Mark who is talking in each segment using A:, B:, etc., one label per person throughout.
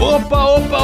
A: Opa, opa,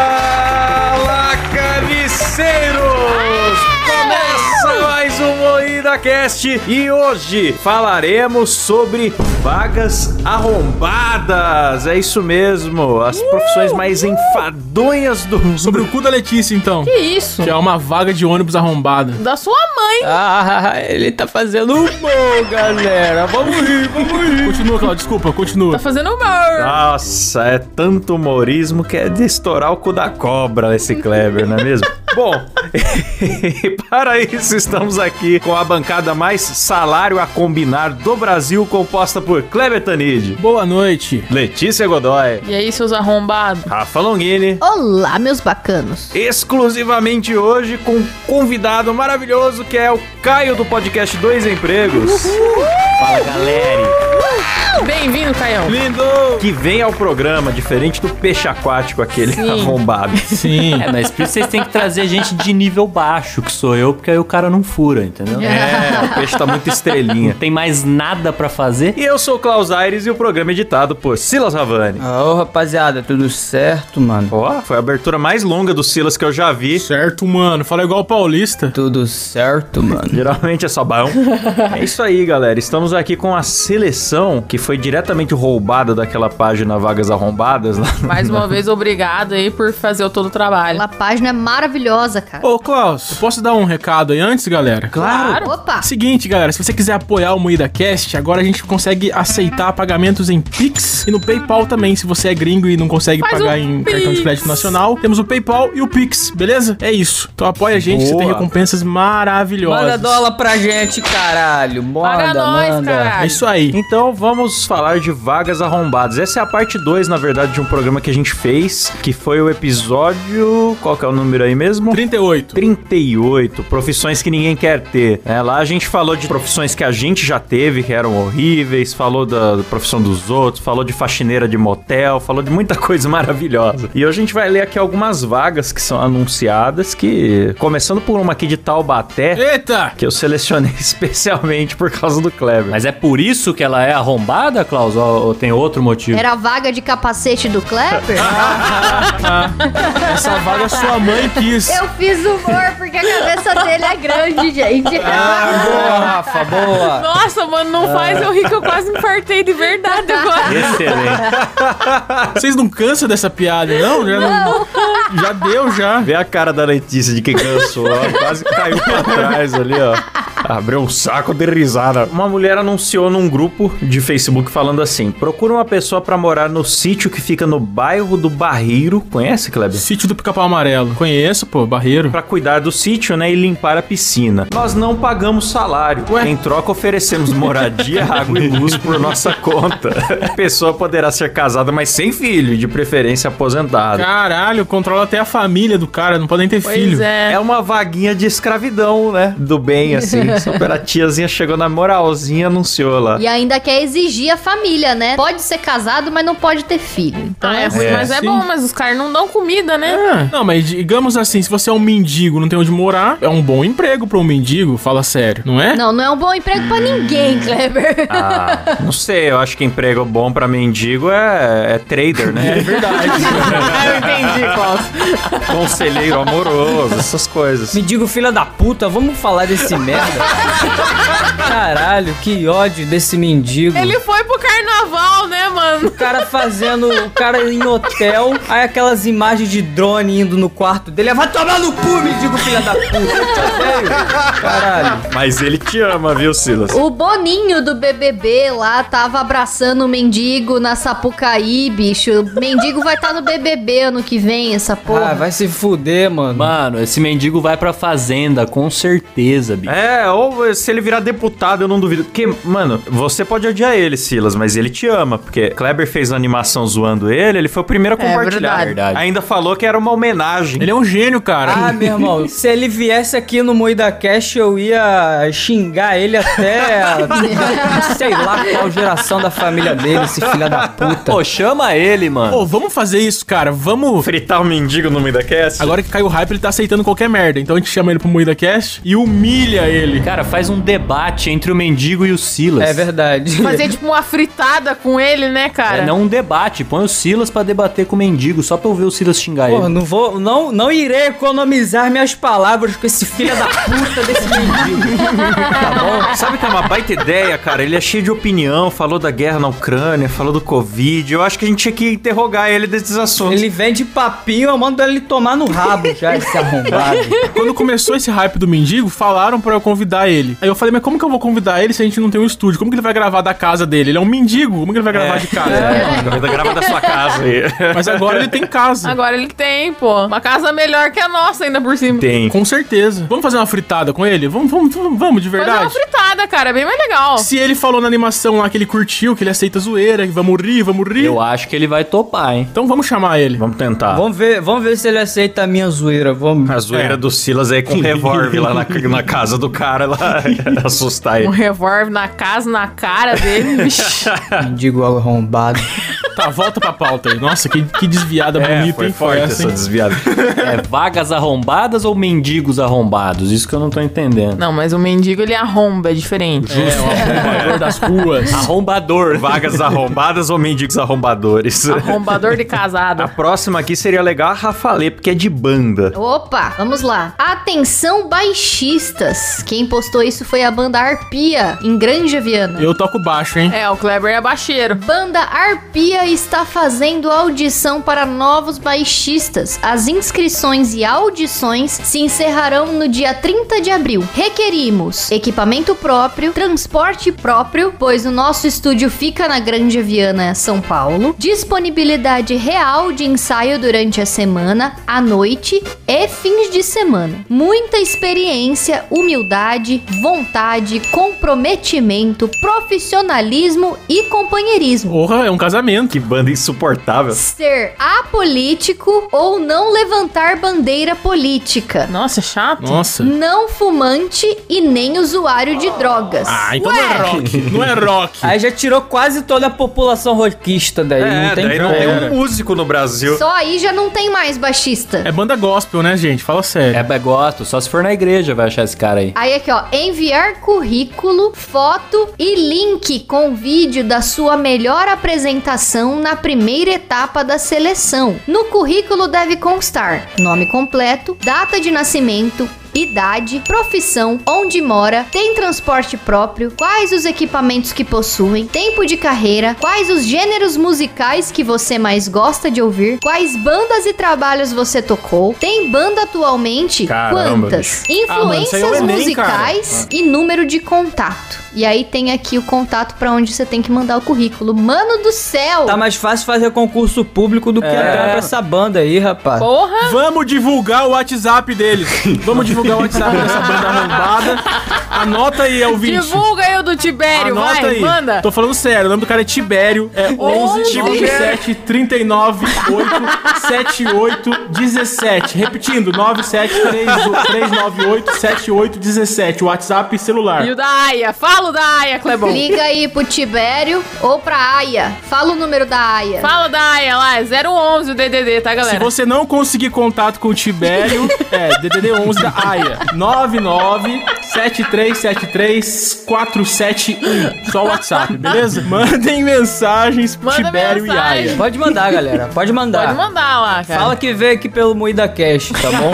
A: Fala, carniceiros! Começa mais um Moída Cast e hoje falaremos sobre vagas arrombadas. É isso mesmo, as
B: Uh!
A: profissões mais enfadonhas do mundo.
C: Sobre o cu da Letícia, então.
D: Que isso?
C: é uma vaga de ônibus arrombada.
D: Da sua mãe.
B: Ah, ele tá fazendo humor, galera. Vamos rir, vamos rir.
C: Continua, Cláudio, desculpa, continua.
D: Tá fazendo humor.
A: Nossa, é tanto humorismo que é de estourar o cu da cobra esse Kleber, não é mesmo? Bom, e para isso estamos aqui com a bancada mais salário a combinar do Brasil, composta por Kleber Tanid,
C: Boa noite.
A: Letícia Godoy,
D: E aí, seus arrombados?
A: Rafa Longini.
E: Olá, meus bacanos.
A: Exclusivamente hoje com um convidado maravilhoso que é o Caio do podcast Dois Empregos. Fala galera!
D: Bem-vindo, Caião.
C: Lindo!
A: Que vem ao programa, diferente do peixe aquático aquele
D: Sim.
A: arrombado.
C: Sim.
B: É, mas por isso vocês têm que trazer gente de nível baixo, que sou eu, porque aí o cara não fura, entendeu?
A: É, o peixe tá muito estrelinha.
B: Não tem mais nada pra fazer.
A: E eu sou o Klaus Aires e o programa é editado por Silas Ravani.
F: Ô, rapaziada, tudo certo, mano?
A: Ó, foi a abertura mais longa do Silas que eu já vi.
C: Certo, mano. Fala igual o paulista.
F: Tudo certo, mano?
A: Geralmente é só baão. é isso aí, galera. Estamos aqui com a seleção que foi diretamente roubada daquela página Vagas Arrombadas. Lá.
D: Mais uma vez, obrigado aí por fazer todo o trabalho.
E: A página é maravilhosa, cara.
C: Ô, Klaus, eu posso dar um recado aí antes, galera?
D: Claro.
E: Opa!
C: Seguinte, galera, se você quiser apoiar o Moída Cast, agora a gente consegue aceitar pagamentos em Pix e no PayPal também. Se você é gringo e não consegue
D: Faz
C: pagar
D: um
C: em
D: Pix.
C: cartão de crédito nacional, temos o PayPal e o Pix, beleza? É isso. Então apoia a gente, você
A: Boa.
C: tem recompensas maravilhosas.
F: Manda dólar pra gente, caralho. Manda,
D: Paga nós,
F: manda.
D: caralho.
C: É isso aí.
A: Então vamos falar de Vagas Arrombadas. Essa é a parte 2, na verdade, de um programa que a gente fez, que foi o episódio. Qual que é o número aí mesmo?
C: 38.
A: 38 profissões que ninguém quer ter. né? Lá a gente falou de profissões que a gente já teve, que eram horríveis, falou da profissão dos outros, falou de faxineira de motel, falou de muita coisa maravilhosa. E hoje a gente vai ler aqui algumas vagas que são anunciadas, que começando por uma aqui de Taubaté,
C: Eita!
A: que eu selecionei especialmente por causa do Kleber.
B: Mas é por isso que ela é arrombada, Klaus? Ou, ou tem outro motivo?
E: Era a vaga de capacete do Kleber?
C: Essa vaga sua mãe quis.
E: Eu fiz humor porque a cabeça dele é grande, gente.
F: Ah, boa, Rafa, boa.
D: Nossa, mano, não faz eu rir que eu quase me fartei de verdade
A: É
D: agora.
B: Excelente.
C: Vocês não cansam dessa piada, não? Já, não. já deu, já.
A: Vê a cara da Letícia de quem cansou, ó. quase caiu pra trás ali, ó. Abriu um saco de risada. Uma mulher anunciou num grupo de Facebook falando assim: procura uma pessoa pra morar no sítio que fica no bairro do Barreiro. Conhece, Kleber?
C: Sítio do Pica-Pau Amarelo. Conheço, pô, Barreiro.
A: Pra cuidar do sítio, né, e limpar a piscina. Nós não pagamos salário.
C: Ué?
A: Em troca, oferecemos moradia, água e luz por nossa conta. A pessoa poderá ser casada, mas sem filho, de preferência aposentada.
C: Caralho, controla até a família do cara, não podem ter filho.
D: Pois é.
A: É uma vaguinha de escravidão, né? Do bem, assim. Super a tiazinha chegou na moralzinha e anunciou lá.
E: E ainda quer exigir a família, né? Pode ser casado, mas não pode ter filho. Então,
D: Ah, é
E: é...
D: ruim,
A: É,
D: mas é
C: sim.
D: bom, mas os caras não dão comida, né?
C: Não, mas digamos assim, se você é um mendigo, não tem onde morar, é um bom emprego pra um mendigo, fala sério, não é?
E: Não, não é um bom emprego pra ninguém, Kleber.
A: Ah, não sei, eu acho que emprego bom pra mendigo é, é trader, né?
D: eu entendi, Klaus.
A: Conselheiro amoroso, essas coisas.
F: Me digo, filha da puta, vamos falar desse merda? Caralho, que ódio desse mendigo.
D: Ele foi pro carnaval, né, mano?
F: O cara fazendo. O cara em hotel, aí aquelas imagens de drone indo no quarto dele. Vai tomar no cu, me digo, filha da puta. Sério? Caralho.
A: Mas ele te ama, viu, Silas?
E: O Boninho do BBB lá tava abraçando o mendigo na Sapucaí, bicho. O mendigo vai estar no BBB ano que vem, essa
F: Ah,
E: porra.
F: vai se fuder, mano.
B: Mano, esse mendigo vai pra fazenda, com certeza, bicho.
A: É, ou se ele virar deputado, eu não duvido. Porque, mano, você pode odiar ele, Silas, mas ele te ama. Porque Kleber fez a animação zoando ele, ele foi o primeiro a compartilhar.
D: verdade.
B: Verdade.
A: Ainda falou que era uma homenagem.
C: Ele é um gênio, cara.
F: Ah, meu irmão, se ele viesse aqui no Moída Cash, eu ia xingar ele até. sei lá qual geração da família dele, esse filho da puta.
B: Pô, chama ele, mano.
C: Pô, vamos fazer isso, cara. Vamos.
A: Fritar o mendigo no meio da cast?
C: Agora que caiu o hype, ele tá aceitando qualquer merda. Então a gente chama ele pro Moída Cast e humilha ele.
B: Cara, faz um debate entre o mendigo e o Silas.
F: É verdade.
D: Fazer tipo uma fritada com ele, né, cara?
B: É, não um debate. Põe o Silas pra debater com o mendigo, só pra eu ver o Silas xingar
F: Porra,
B: ele.
F: não vou. Não, não irei economizar minhas palavras com esse filho da puta desse mendigo.
A: tá bom. Sabe que é uma baita ideia, cara? Ele é cheio de opinião, falou da guerra na Ucrânia, falou do Covid. Eu acho que a gente tinha que interrogar ele desses assuntos.
F: Ele vende papinho, eu mando ele tomar no rabo já, esse arrombado.
C: Quando começou esse hype do mendigo, falaram pra eu convidar ele. Aí eu falei, mas como que eu vou convidar ele se a gente não tem um estúdio? Como que ele vai gravar da casa dele? Ele é um mendigo, como que ele vai gravar de casa?
A: Ainda grava da sua casa aí.
C: Mas agora ele tem casa.
D: Agora ele tem, pô. Uma casa melhor que a nossa ainda por cima.
A: Tem.
C: Com certeza. Vamos fazer uma fritada com ele? Vamos, vamos, vamos, vamos, de
D: Fazer uma
C: verdade.
D: fritada, cara, é bem mais legal.
C: Se ele falou na animação lá que ele curtiu, que ele aceita zoeira, que vamos rir, vamos rir.
B: Eu acho que ele vai topar, hein?
C: Então vamos chamar ele.
A: Vamos tentar.
F: Vamos ver, vamos ver se ele aceita a minha zoeira. Vamos.
A: A zoeira
C: É.
A: do Silas aí com um revólver lá na, na casa do cara lá. assustar
D: Um
A: ele.
D: revólver na casa, na cara dele, vixi.
F: Mendigo arrombado.
C: Tá, volta pra pauta aí. Nossa, que, que desviada
A: É,
C: bonita,
A: foi
C: hein?
A: forte essa
C: hein?
A: desviada.
B: É vagas arrombadas ou mendigos arrombados? Isso que eu não tô entendendo.
D: Não, mas o mendigo ele arromba, é diferente.
C: É, o arrombador das ruas.
B: Arrombador.
A: Vagas arrombadas ou mendigos arrombadores?
D: É, Arrombador de casado.
A: A próxima aqui seria legal a Rafalê, porque é de banda.
E: Opa, vamos lá. Atenção, baixistas. Quem postou isso foi a banda Arpia, em Granja Viana.
C: Eu toco baixo, hein?
D: É, o Kleber é baixeiro.
E: Banda Arpia está fazendo audição para novos baixistas. As inscrições e audições se encerrarão no dia 30 de abril. Requerimos equipamento próprio, transporte próprio, pois o nosso estúdio fica na Grande Viana, São Paulo. Disponibilidade real de ensaio durante a semana, à noite e fins de semana. Muita experiência, humildade, vontade, comprometimento, profissionalismo e companheirismo.
C: Porra, é um casamento.
A: Que banda insuportável.
E: Ser apolítico ou não levantar bandeira política.
D: Nossa, é chato.
C: Nossa.
E: Não fumante e nem usuário de drogas.
C: Ah, então não é rock. Não é rock.
F: Aí já tirou quase toda a população roquista daí. não tem
A: daí não
F: como.
A: tem um músico no Brasil.
E: Só aí já não tem mais baixista.
C: É banda gospel, né, gente? Fala sério.
B: É, mas gosto. Só se for na igreja vai achar esse cara aí.
E: Aí aqui, ó, enviar currículo, foto e link com vídeo da sua melhor apresentação na primeira etapa da seleção. No currículo deve constar nome completo, data de nascimento, idade, profissão, onde mora, tem transporte próprio, quais os equipamentos que possuem, tempo de carreira, quais os gêneros musicais que você mais gosta de ouvir, quais bandas e trabalhos você tocou, tem banda atualmente,
A: Caramba,
E: quantas,
C: Ah, mano, isso aí é o
E: influências
C: Enem,
E: musicais e número de contato. E aí tem aqui o contato pra onde você tem que mandar o currículo. Mano do céu!
F: Tá mais fácil fazer concurso público
A: É.
F: do que entrar pra essa banda aí, rapaz.
D: Porra!
C: Vamos divulgar o WhatsApp deles. Vamos divulgar o WhatsApp dessa banda arrombada. Anota aí, ouvinte.
D: Divulga eu do Tibério,
C: Anota
D: vai,
C: aí.
D: manda.
C: Tô falando sério, o nome do cara é Tibério. É 11 97 39 8 78 17. Repetindo, 97 um, 398 78 17. WhatsApp e celular.
D: E o da Aya, fala o da Aya, Clebão.
E: Liga aí pro Tibério ou pra Aya. Fala o número da Aya.
D: Fala da Aya lá, é 011 o DDD, tá,
C: Se
D: galera?
C: você não conseguir contato com o Tibério, é DDD 11 da AIA. 99 7373 471. Só o WhatsApp, beleza? Mandem mensagens pro
D: Manda
C: Tibério
D: mensagem.
C: e AIA.
F: Pode mandar, galera. Pode mandar.
D: Pode mandar lá, cara.
F: Fala que veio aqui pelo Moída Cash, tá bom?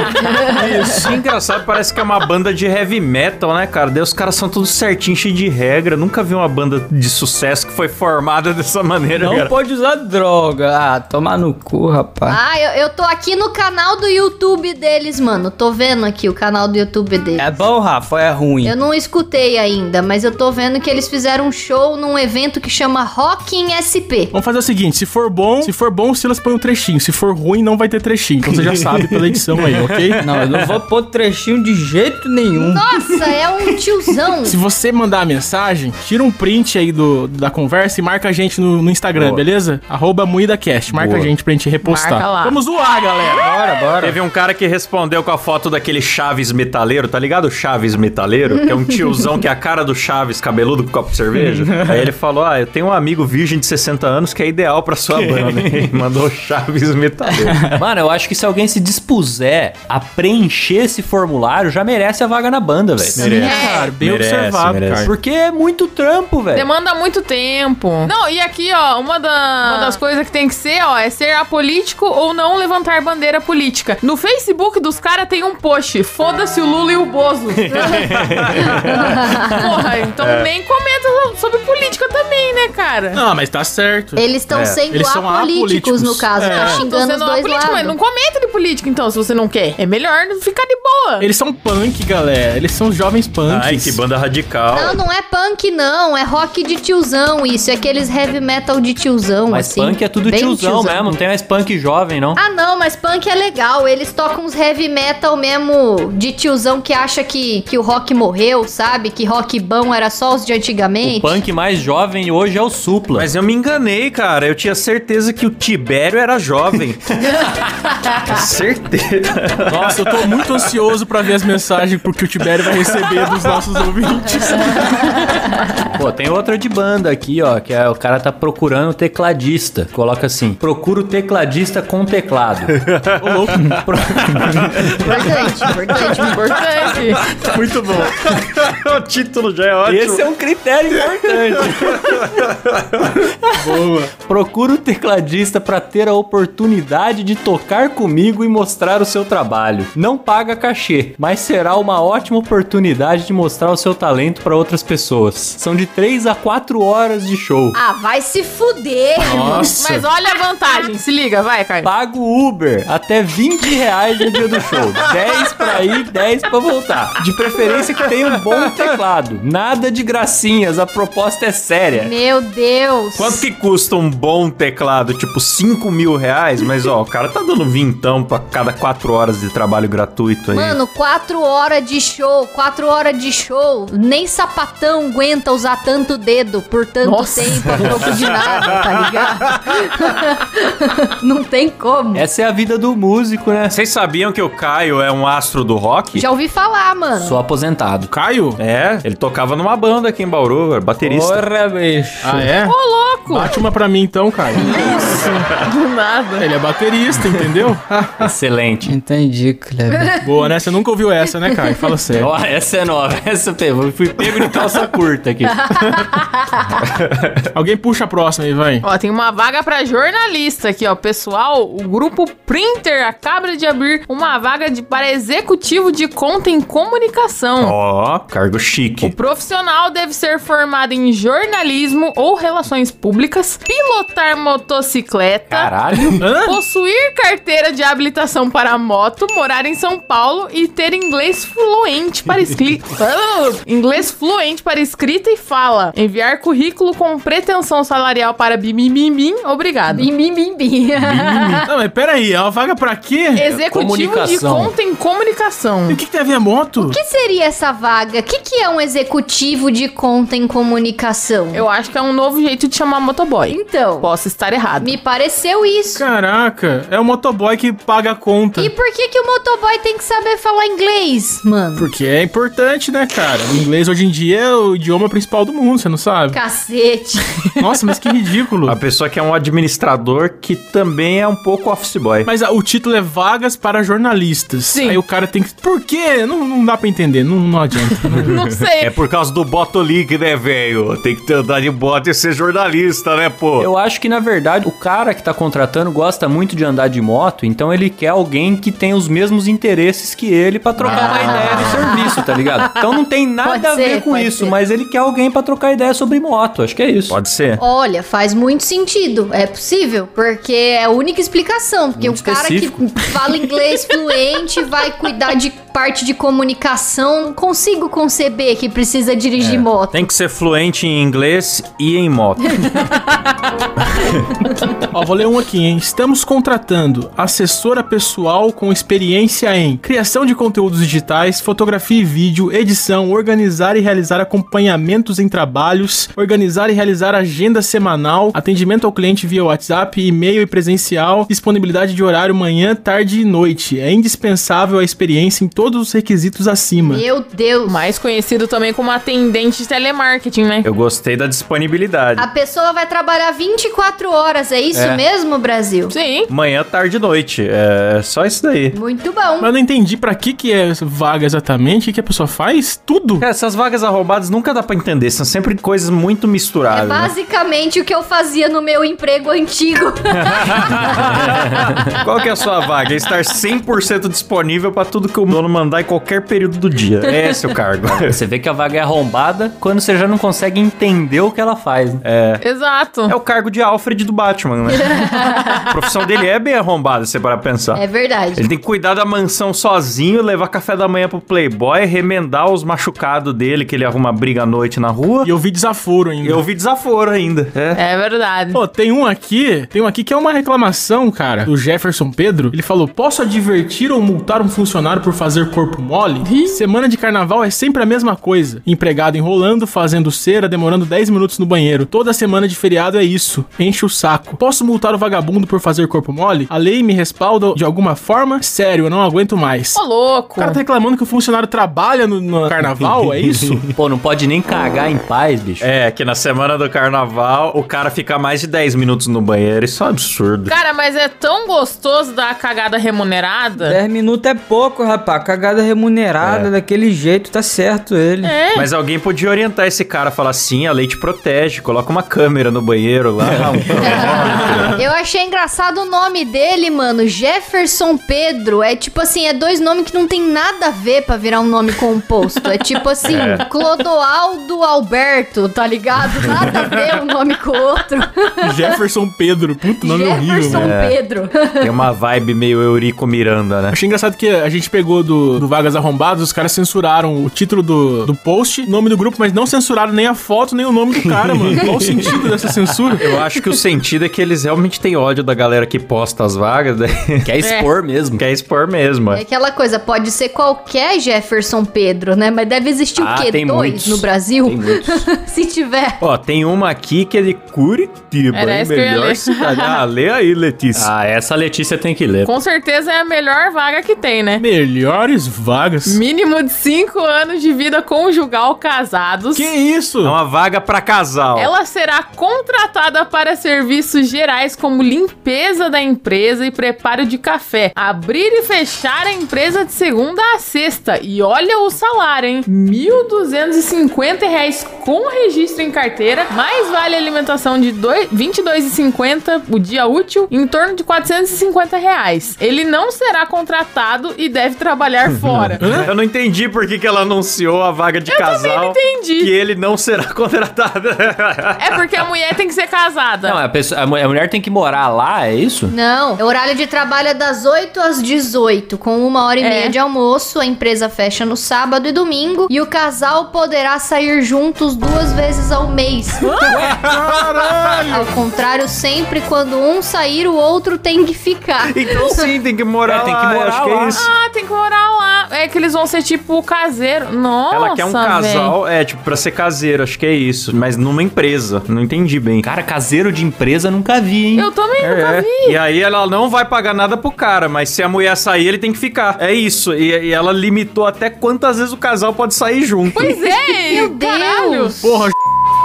A: Isso. Engraçado, parece que é uma banda de heavy metal, né, cara? Daí os caras são todos certinhos, cheio de regra. Nunca vi uma banda de sucesso que foi formada dessa maneira,
F: Não
A: cara.
F: pode usar droga. Ah, tomar no cu, rapaz.
E: Ah, eu, eu tô aqui no canal do YouTube deles, mano. Tô vendo aqui o canal do YouTube deles.
F: É bom, Rafa, é ruim.
E: Eu não escutei ainda, mas eu tô vendo que eles fizeram um show num evento que chama Rock em SP.
C: Vamos fazer o seguinte, se for bom, se for bom, o Silas põe um trechinho. Se for ruim, não vai ter trechinho. Então você já sabe pela edição aí, ok?
F: Não, eu não vou pôr trechinho de jeito nenhum.
E: Nossa, é um tiozão.
C: Se você mandar a mensagem, tira um print aí do, da conversa e marca a gente no, no Instagram,
A: Boa.
C: beleza? Arroba MuidaCast. Marca
A: Boa.
C: a gente pra gente repostar.
D: Marca lá.
C: Vamos zoar, galera.
F: Bora, bora.
A: Teve um cara que respondeu com a foto daquele Chaves metaleiro, tá ligado? O Chaves metaleiro, que é um tiozão que é a cara do Chaves cabeludo com copo de cerveja. Aí ele falou: Ah, eu tenho um amigo virgem de 60 anos que é ideal pra sua banda. E mandou Chaves metaleiro.
B: Mano, eu acho que se alguém se dispuser a preencher esse formulário, já merece a vaga na banda, velho.
D: É.
A: Merece.
C: Cara, bem
A: Merece,
C: observado,
A: merece.
C: cara.
B: Porque é muito trampo, velho.
D: Demanda muito tempo. Não, e aqui, ó, uma, da- uma das coisas que tem que ser, ó, é ser apolítico ou não levantar bandeira política. No Facebook dos caras tem um post, foda-se o Lula e o Bozo. Porra, então nem comenta so- sobre política também, né, cara?
C: Não, mas tá certo.
E: Eles estão
A: É,
E: sendo
C: eles são
E: apolíticos,
C: apolíticos.
E: no caso.
C: É.
E: Tá
C: Não,
D: Então
E: xingando
D: você
E: os
D: não é
E: dois
D: político, mas
E: lados.
D: não comenta de política, então, se você não quer. É melhor ficar de boa.
C: Eles são punk, galera. Eles são jovens punks.
A: Ai, que banda radical.
E: Não, não é punk, não. É rock de tiozão, isso. É aqueles heavy metal de tiozão,
B: Mas
E: assim.
B: punk é tudo
E: Bem
B: tiozão, mesmo, não tem mais punk jovem, não.
E: Ah, não, mas punk é legal. Eles tocam uns heavy metal mesmo de tiozão que acha que, que o rock morreu, sabe? Que rock bom era só os de antigamente.
B: O punk mais jovem hoje é o Supla.
A: Mas eu me enganei, cara. Eu tinha certeza que o Tibério era jovem. certeza.
C: Nossa, eu tô muito ansioso pra ver as mensagens porque o Tibério vai receber dos nossos ouvintes.
B: Pô, tem outra de banda aqui, ó, que é o cara tá procurando tecladista. Coloca assim: procura o tecladista com teclado. Ô, louco. Pro-
E: Importante, importante.
D: Importante.
C: Muito bom.
A: o título já é ótimo.
B: Esse é um critério importante.
C: Boa.
B: procura o tecladista pra ter a oportunidade de tocar comigo e mostrar o seu trabalho. Não paga cachê, mas será uma ótima oportunidade de mostrar o seu talento pra outras pessoas. São de 3 a 4 horas de show.
E: Ah, vai se fuder.
C: Nossa.
D: Mas olha a vantagem, se liga, vai, Caio.
B: É. Pago Uber até 20 reais no dia do show. 10 pra ir, 10 pra voltar. De preferência que tenha um bom teclado. Nada de gracinhas, a proposta é séria.
E: Meu Deus.
A: Quanto que custa um bom teclado? Tipo, 5 mil reais? Mas, ó, o cara tá dando vintão pra cada 4 horas de trabalho gratuito aí.
E: Mano, quatro horas de show, quatro horas de show. Nem sapatão aguenta usar tanto dedo por tanto
D: Nossa.
E: tempo a troco de nada, tá ligado? Não tem como.
B: Essa é a vida do músico, né?
A: Vocês sabiam que o Caio é um astro do rock?
E: Já ouvi falar, mano.
B: Sou aposentado.
C: Caio?
A: É, ele tocava numa banda aqui em Bauru, era baterista.
F: Porra, bicho.
C: Ah, é?
D: Ô, louco!
C: Bate uma pra mim então,
E: É
C: Caio.
D: Do nada.
C: Ele é baterista, entendeu?
B: Excelente.
F: Entendi, Cleber.
C: Boa, né? Você nunca ouviu essa, né, Caio? Fala sério.
B: Ó, essa é nova. Essa eu pego. Eu Fui pego de calça curta aqui.
C: Alguém puxa a próxima aí, vai.
D: Ó, tem uma vaga pra jornalista aqui, ó. Pessoal, o grupo Printer acaba de abrir uma vaga de, para executivo de conta em comunicação. comunicação.
A: Ó, cargo
D: O
A: chique.
D: profissional deve ser formado em jornalismo ou relações públicas, pilotar motocicleta,
A: Caralho.
D: possuir carteira de habilitação para moto, morar em São Paulo e ter inglês fluente para escrita. inglês fluente para escrita e fala. Enviar currículo com pretensão salarial para bimimimim, obrigado.
E: Bim, bim, bim, bim.
C: Não, mas peraí, é uma vaga pra quê?
D: Executivo de
B: comunicação.
D: conta em
C: E o
D: comunicação.
C: que, que tem a ver a moto?
E: O que seria essa vaga? O que, que é um executivo de conta em comunicação?
D: Eu acho que é um novo jeito de chamar motoboy.
E: Então,
D: Posso estar errado.
E: me pareceu isso.
C: Caraca, é o motoboy que paga a conta.
E: E por que, que o motoboy tem que saber falar inglês, mano?
C: Porque é importante, né, cara? O inglês hoje em dia é o idioma principal do mundo, você não sabe?
E: Cacete.
C: Nossa, mas que ridículo.
A: A pessoa que é um administrador que também é um pouco office boy.
C: Mas ah, o título é Vagas para Jornalistas.
D: Sim.
C: Aí o cara tem que. Por quê? Não, não dá pra entender, não, não adianta.
D: Não sei.
A: É por causa do Botolink, né, velho? Tem que andar de bota e ser jornalista, né, pô?
B: Eu acho que, na verdade, o cara que tá contratando gosta muito de andar de moto, então ele quer alguém que tem os mesmos interesses que ele pra trocar uma ideia do serviço, tá ligado? Então não tem
E: Ah. Pode
B: nada a
E: ser,
B: ver com
E: pode
B: isso,
E: ser.
B: mas ele quer alguém pra trocar ideia sobre moto, acho que é isso.
A: Pode ser.
E: Olha, faz muito sentido. É possível, porque é a única explicação. Porque
B: Muito
E: um cara que fala inglês fluente vai cuidar de parte de comunicação. Não consigo conceber que precisa dirigir moto.
A: Tem que ser fluente em inglês e em moto.
C: Ó, vou ler um aqui, hein? Estamos contratando assessora pessoal com experiência em criação de conteúdos digitais, fotografia e vídeo, edição, organizar e realizar acompanhamentos em trabalhos, organizar e realizar agenda semanal, atendimento ao cliente via WhatsApp, e-mail e presencial, disponibilidade de horário manhã, tarde e noite. É indispensável a experiência em todos os requisitos acima.
E: Meu Deus.
D: Mais conhecido também como atendente de telemarketing, né?
A: Eu gostei da disponibilidade.
E: A pessoa vai trabalhar 24 horas, é isso mesmo, Brasil?
D: Sim.
A: Manhã, tarde e noite. É só isso daí.
E: Muito bom.
C: Mas eu não entendi pra que que é vaga exatamente, o que que a pessoa faz? Tudo?
A: Cara, essas vagas arrombadas nunca dá pra entender. São sempre coisas muito
E: É
A: misturadas. né?
E: basicamente o que eu fazia no meu emprego antigo.
A: Qual que é a sua vaga? É estar 100% disponível pra tudo que o dono mandar em qualquer período do dia. É esse o cargo.
B: Você vê que a vaga é arrombada quando você já não consegue entender o que ela faz. né?
D: Exato.
A: É o cargo de Alfred do Batman, né? A profissão dele é bem arrombada, se você parar pra pensar.
E: É verdade.
A: Ele tem que cuidar da mansão sozinho, levar café da manhã pro Playboy, remendar os machucados dele, que ele arruma briga à noite na rua.
C: E eu vi desaforo ainda.
A: E eu vi desaforo ainda. É.
D: É verdade.
C: Pô, tem um aqui, tem um aqui que é uma reclamação, cara, do Jefferson Pedro. Ele falou: posso advertir ou multar um funcionário por fazer corpo mole? Semana de carnaval é sempre a mesma coisa. Empregado enrolando, fazendo cera, demorando 10 minutos no banheiro. Toda semana de feriado é isso. Enche o saco. Posso multar o vagabundo por fazer corpo mole? A lei me respalda de alguma forma? Sério, eu não aguento mais.
D: Ô,
C: O
D: louco.
C: cara tá reclamando que o funcionário trabalha no, no carnaval, é isso?
B: Pô, não pode nem cagar em paz, bicho.
A: É, que na semana do carnaval o cara fica mais de 10 minutos no banheiro. Isso é um absurdo.
D: Cara, mas é tão gostoso dar a cagada remunerada.
F: 10 minutos é pouco, rapaz. Cagada
A: É.
F: remunerada daquele jeito, tá certo ele.
D: É.
A: Mas alguém podia orientar esse cara, falar assim, a lei te protege, coloca uma câmera no banheiro lá. um cronômetro.
E: Eu achei engraçado o nome dele, mano. Jefferson Pedro. É tipo assim, é dois nomes que não tem nada a ver pra virar um nome composto. É tipo assim,
A: É.
E: Clodoaldo Alberto, tá ligado? Nada a ver um nome com o outro.
C: Jefferson Pedro. Puta, nome horrível,
E: Jefferson
C: velho.
B: né? É.
E: Pedro.
A: Tem uma vibe meio Eurico Miranda, né?
C: Achei engraçado que a gente pegou do, do Vagas Arrombadas, os caras censuraram o título do, do post, nome do grupo, mas não censuraram nem a foto, nem o nome do cara, mano. Qual o sentido dessa censura?
A: Eu acho que o sentido é que eles realmente têm ódio da galera que posta as vagas, né?
B: Quer expor mesmo.
A: Quer expor mesmo.
E: É aquela coisa, pode ser qualquer Jefferson Pedro, né? Mas deve existir
B: Ah,
E: o quê?
B: tem
E: Dois
B: muitos.
E: no Brasil?
B: Tem muitos.
E: Se tiver.
A: Ó, tem uma aqui que é de Curitiba,
D: Era
A: hein?
D: essa que eu ia
A: Melhor
D: ler.
A: cidade. Ah, lê aí, Letícia.
B: Ah, essa Letícia tem que ler.
D: Com certeza é a melhor vaga que tem, né?
C: Melhores vagas.
D: Mínimo de 5 anos de vida conjugal casados.
C: Que isso?
A: É uma vaga pra casal.
D: Ela será contratada para serviços gerais como limpeza da empresa e preparo de café. Abrir e fechar a empresa de segunda a sexta. E olha o salário, hein? R$ 1.250 reais com registro em carteira, mais vale alimentação de dois- R$ 22,50 o dia útil, em torno de R$
A: Uhum.
D: 450 reais. Ele não será contratado e deve trabalhar fora.
A: Eu não entendi entendi por que, que ela anunciou a vaga de casal.
D: entendi.
A: Que ele não será contratado.
D: É porque a mulher tem que ser casada.
B: Não, a, pessoa- a mu- a mulher tem que morar lá, é isso?
E: Não, o horário de trabalho é das 8 às 18, com uma hora e
D: É.
E: meia de almoço. A empresa fecha no sábado e domingo. E o casal poderá sair juntos duas vezes ao mês. Ao contrário, sempre quando um sair, o outro tem que ficar.
A: Então sim, tem que morar
B: É, tem que
A: lá,
B: morar
A: acho que
B: lá.
A: é isso.
D: Ah, tem que morar lá. É que eles vão ser tipo caseiro. Nossa,
A: Ela quer um casal, é, tipo, pra ser caseiro, acho que é isso. Mas numa empresa, não entendi bem.
B: Cara, caseiro de empresa nunca vi, hein?
D: véi. Eu também
A: É,
D: nunca vi.
A: E aí ela não vai pagar nada pro cara, mas se a mulher sair, ele tem que ficar. É isso. E, e ela limitou até quantas vezes o casal pode sair junto.
D: Pois é,
E: Meu
D: caralho.
E: Deus!
C: Porra,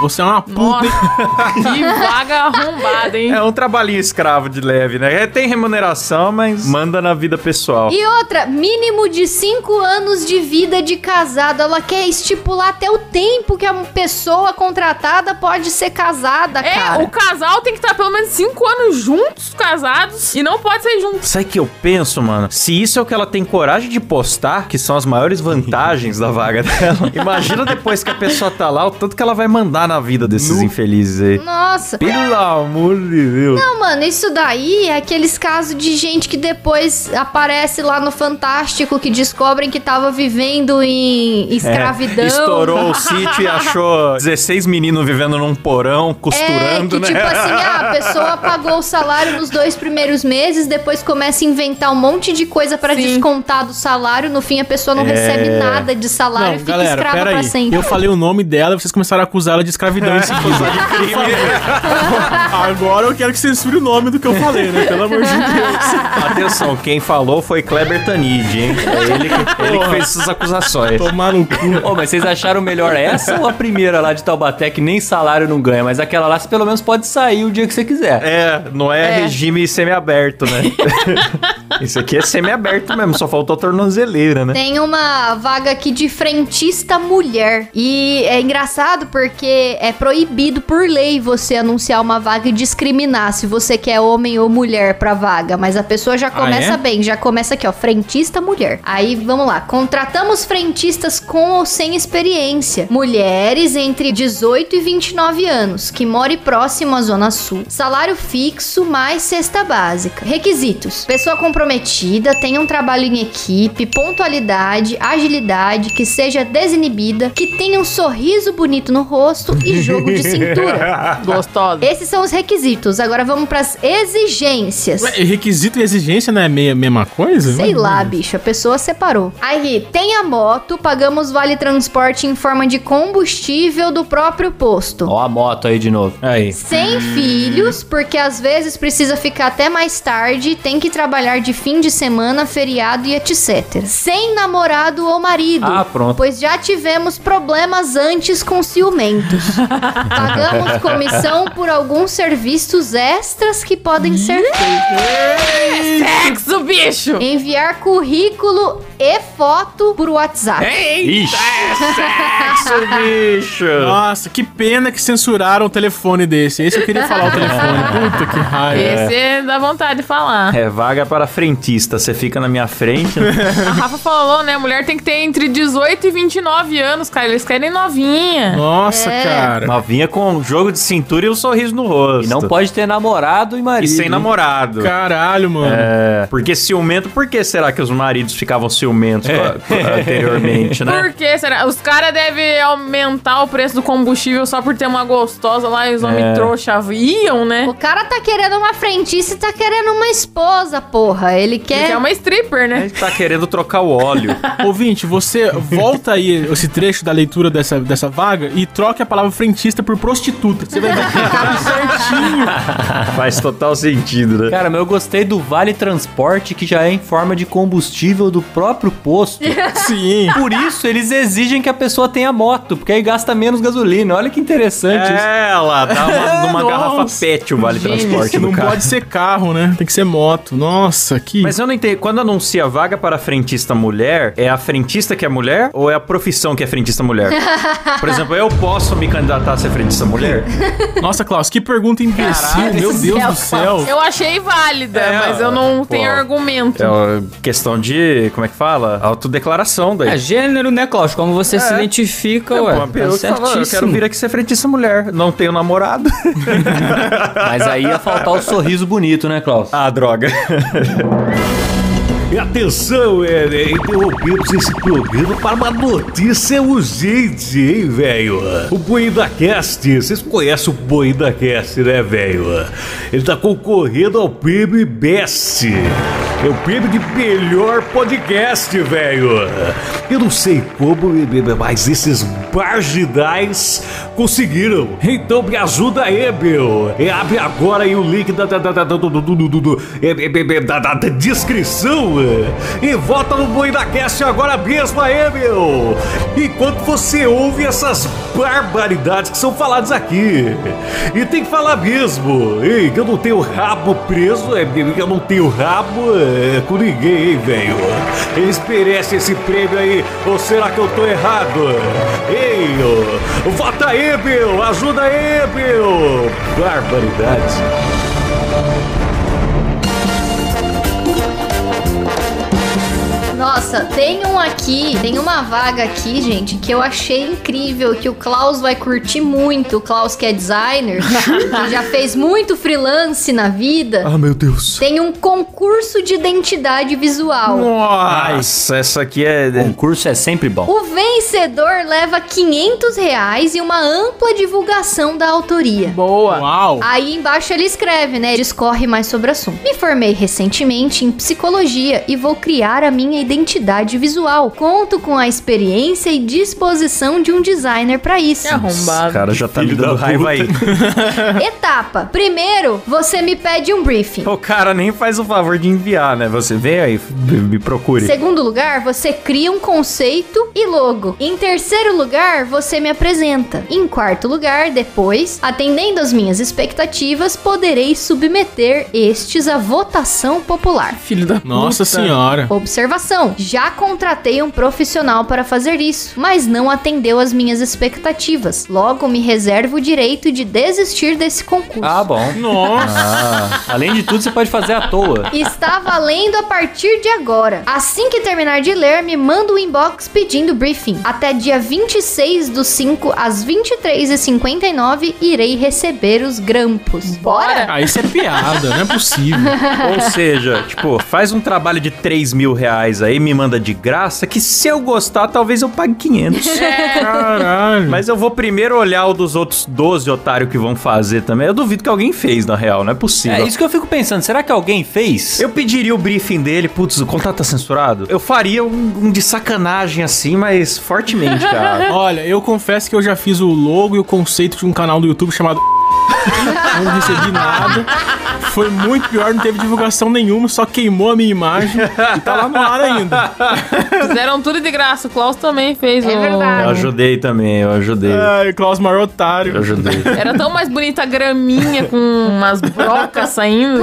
C: você é uma puta.
D: Nossa,
C: hein?
D: que vaga arrombada, hein?
A: É um trabalhinho escravo de leve, né? É, tem remuneração, mas manda na vida pessoal.
E: E outra, mínimo de 5 anos de vida de casado. Ela quer estipular até o tempo que a pessoa contratada pode ser casada,
D: É,
E: cara.
D: o casal tem que estar pelo menos cinco anos juntos, casados, e não pode ser juntos.
A: Sabe o que eu penso, mano? Se isso é o que ela tem coragem de postar, que são as maiores vantagens da vaga dela, imagina depois que a pessoa tá lá, o tanto que ela vai mandar na vida desses infelizes aí.
E: Nossa.
A: Pelo amor de Deus.
E: Não, mano, isso daí é aqueles casos de gente que depois aparece lá no Fantástico que descobrem que tava vivendo em escravidão.
A: É, Estourou o sítio e achou 16 meninos vivendo num porão,
E: É,
A: costurando,
E: que
A: né?
E: tipo assim, ah, a pessoa pagou o salário nos dois primeiros meses, depois começa a inventar um monte de coisa pra
D: Sim.
E: descontar do salário, no fim a pessoa
A: É.
E: não recebe nada de salário e
C: Não,
E: fica
C: galera,
E: escrava pra
C: peraí.
E: sempre.
C: Eu falei o nome dela e vocês começaram a acusar ela de escravidão em seguida.
A: É.
C: Agora eu quero que censure o nome do que eu falei, né? Pelo amor de Deus.
A: Atenção, quem falou foi Kleber Tanid, hein? É ele que, ele que fez essas acusações.
C: Tomar no cu.
B: Ô, mas vocês acharam melhor essa ou a primeira lá de Taubaté que nem salário não ganha, mas aquela lá você pelo menos pode sair o dia que você quiser.
A: É, não é, regime semiaberto, né? Isso aqui é semiaberto mesmo, só faltou a tornozeleira, né?
E: Tem uma vaga aqui de frentista mulher. E é engraçado porque é proibido por lei você anunciar uma vaga e discriminar se você quer homem ou mulher pra vaga. Mas a pessoa já começa
C: é?
E: bem, já começa aqui, ó. Frentista mulher. Aí vamos lá. Contratamos frentistas com ou sem experiência. Mulheres entre 18 e 29 anos, que more próximo à Zona Sul. Salário fixo mais cesta básica. Requisitos: pessoa comprometida, tenha um trabalho em equipe, pontualidade, agilidade, que seja desinibida, que tenha um sorriso bonito no rosto e jogo de cintura.
D: Gostosa.
E: Esses são os requisitos. Agora vamos pras exigências.
C: Ué, requisito e exigência não é meia mesma coisa?
E: Sei lá, bicho, a pessoa separou. Aí, tem a moto, pagamos vale transporte em forma de combustível do próprio posto.
B: Ó a moto aí de novo.
A: Aí.
E: Sem filhos, porque às vezes precisa ficar até mais tarde, tem que trabalhar de fim de semana, feriado e etc. Sem namorado ou marido.
B: Ah, pronto.
E: Pois já tivemos problemas antes com ciumentos. Pagamos comissão por alguns serviços extras que podem ser feitos.
D: Sexo, bicho!
E: Enviar currículo e foto por WhatsApp.
B: Ixi,
A: Isso, bicho!
C: Nossa, que pena que censuraram o telefone desse. Esse eu queria falar o telefone. Puta que raiva.
D: Esse é, dá vontade de falar.
A: É vaga para frentista, você fica na minha frente. né?
D: A Rafa falou, né? Mulher tem que ter entre 18 e 29 anos, cara. Eles querem novinha.
C: Nossa, cara.
A: Novinha com um jogo de cintura e um sorriso no rosto.
B: e não pode né? ter namorado e marido.
A: E sem
B: hein?
A: namorado.
C: Caralho, mano.
A: É, porque ciumento, por que será que os maridos ficavam ciumentos co- co- anteriormente, né?
D: Por que será? Os caras devem aumentar o preço do combustível só por ter uma gostosa lá e os homens
A: É.
D: trouxa iam, né?
E: O cara tá querendo uma frentista e tá querendo uma esposa, porra. Ele
D: Ele
E: quer.
D: quer uma stripper, né?
A: Ele tá querendo trocar o óleo.
C: Ouvinte, você volta aí esse trecho da leitura dessa, dessa vaga e troque a palavra frentista por prostituta. Você vai ver que cabe certinho.
A: Faz total sentido, né?
B: Cara, mas eu gostei do Vale Transporte que já é em forma de combustível do próprio posto.
C: Sim.
B: Por isso, eles exigem que a pessoa tenha a moto, porque aí gasta menos gasolina. Olha que interessante isso.
A: É, ela dá uma, numa garrafa
C: Nossa.
A: pet o vale transporte do
C: Não
A: cara.
C: pode ser carro, né? Tem que ser moto. Nossa, que.
A: Mas eu não entendo, quando anuncia vaga para frentista mulher, é a frentista que é mulher ou é a profissão que é frentista mulher? Por exemplo, eu posso me candidatar a ser frentista mulher?
C: Nossa, Klaus, que pergunta imbecil.
D: Caralho, é
C: Meu
E: é
C: Deus do céu.
D: Eu achei válida,
A: É,
D: mas eu não
A: pô.
D: tenho argumento.
A: É uma questão de, como é que fala? Autodeclaração daí.
F: É gênero, né, Klaus? Como você se identifica,
A: É. Pô,
F: ué.
A: uma
F: tá
A: pessoa que fala, eu quero
F: certíssimo.
A: vir aqui ser frentista mulher, não tenho namorado.
B: Mas aí ia faltar o sorriso bonito, né, Klaus?
A: ah, droga.
G: E atenção, é, é, interrompemos esse programa para uma notícia urgente, hein, velho? O Boinda Cast, vocês conhecem o Boinda Cast, né, velho? Ele tá concorrendo ao prêmio Best. É o prêmio de melhor podcast, velho. Eu não sei como, mas esses marginais conseguiram. Então me ajuda aí, meu. É, abre agora aí o link da, da, da, da, da, do- do- do- do- do- do- é, é, é, da, da, da descrição. é. E volta no Boi da Cast agora mesmo aí, meu. Enquanto você ouve essas barbaridades que são faladas aqui. E tem que falar mesmo. Ei, que eu não tenho rabo preso, é, que eu não tenho rabo é, com ninguém, hein, velho. Eles merecem esse prêmio aí. Ou será que eu tô errado? Ei, ô, vota aí, meu. Ajuda aí, meu. Barbaridades.
E: Nossa, tem um aqui, tem uma vaga aqui, gente, que eu achei incrível, que o Klaus vai curtir muito. O Klaus que é designer, que já fez muito freelance na vida.
C: Ah, meu Deus.
E: Tem um concurso de identidade visual.
A: Nossa, essa aqui é...
B: Concurso é sempre bom.
E: O vencedor leva 500 reais e uma ampla divulgação da autoria.
D: Boa.
C: Uau.
E: Aí embaixo ele escreve, né? Discorre mais sobre o assunto. Me formei recentemente em psicologia e vou criar a minha identidade visual. Conto com a experiência e disposição de um designer pra isso.
D: Que arrombado.
A: O cara já tá me
G: Filho da
A: dando raiva aí.
E: Etapa: primeiro, você me pede um briefing.
A: O cara nem faz o favor de enviar, né? Você vem aí, me me procure.
E: Segundo lugar, você cria um conceito e logo. Em terceiro lugar, você me apresenta. Em quarto lugar, depois, atendendo às minhas expectativas, poderei submeter estes à votação popular.
D: Filho da
C: Nossa
D: puta.
C: senhora.
E: Observação: já contratei um profissional para fazer isso, mas não atendeu às minhas expectativas. Logo, me reservo o direito de desistir desse concurso.
B: Ah, bom.
C: Nossa.
B: Ah, além de tudo, você pode fazer à toa.
E: Está valendo a partir de agora. Assim que terminar de ler, me manda um inbox pedindo briefing. Até dia 26 do 5 às 23h59 irei receber os grampos. Bora?
C: Ah, isso é piada, não é possível.
A: Ou seja, tipo, faz um trabalho de 3 mil reais aí, me manda de graça, que se eu gostar, talvez eu pague 500.
C: Caralho.
A: Mas eu vou primeiro olhar o dos outros 12 otários que vão fazer também. Eu duvido que alguém fez, na real, não é possível.
B: É isso que eu fico pensando. Será que alguém fez?
A: Eu pediria o briefing dele, putz, o contrato tá censurado? Eu faria um, um de sacanagem assim, mas fortemente, cara.
C: Olha, eu confesso que eu já fiz o logo e o conceito de um canal do YouTube chamado. Não recebi nada. Foi muito pior, não teve divulgação nenhuma, só queimou a minha imagem e tá lá no ar ainda.
D: Fizeram tudo de graça. O Klaus também fez.
E: É
D: o-
E: verdade.
A: Eu ajudei também, eu ajudei.
C: Ai, Klaus
A: Eu
C: Marotário.
A: ajudei.
D: Era tão mais bonita a graminha com umas brocas saindo.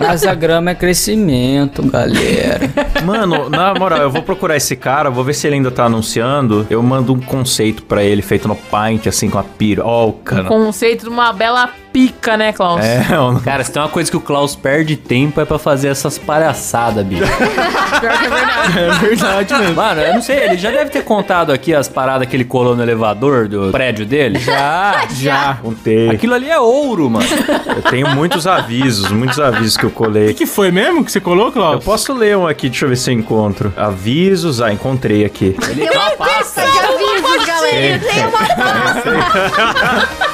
F: Mas a grama é crescimento, galera.
A: Mano, na moral, eu vou procurar esse cara, vou ver se ele ainda tá anunciando. Eu mando um conceito pra ele feito no Paint, assim, com a piroca.
D: Conceito de uma bela pica, né, Klaus?
A: É, um-
B: Cara, se tem uma coisa que o Klaus perde tempo é pra fazer essas palhaçadas, bicho.
D: Pior que é verdade.
C: É verdade mesmo.
B: Mano, eu não sei, ele já deve ter contado aqui as paradas que ele colou no elevador do prédio dele. Já, já.
A: contei.
B: Aquilo ali é ouro, mano.
A: Um Eu tenho muitos avisos, muitos avisos que eu
C: O
A: colei.
C: que foi mesmo que você colou,
A: Eu
C: Klaus?
A: posso ler um aqui, deixa eu ver se eu encontro. Avisos, ah, encontrei aqui.
B: é
E: Tem uma pasta de avisos, galera. Tem uma pasta.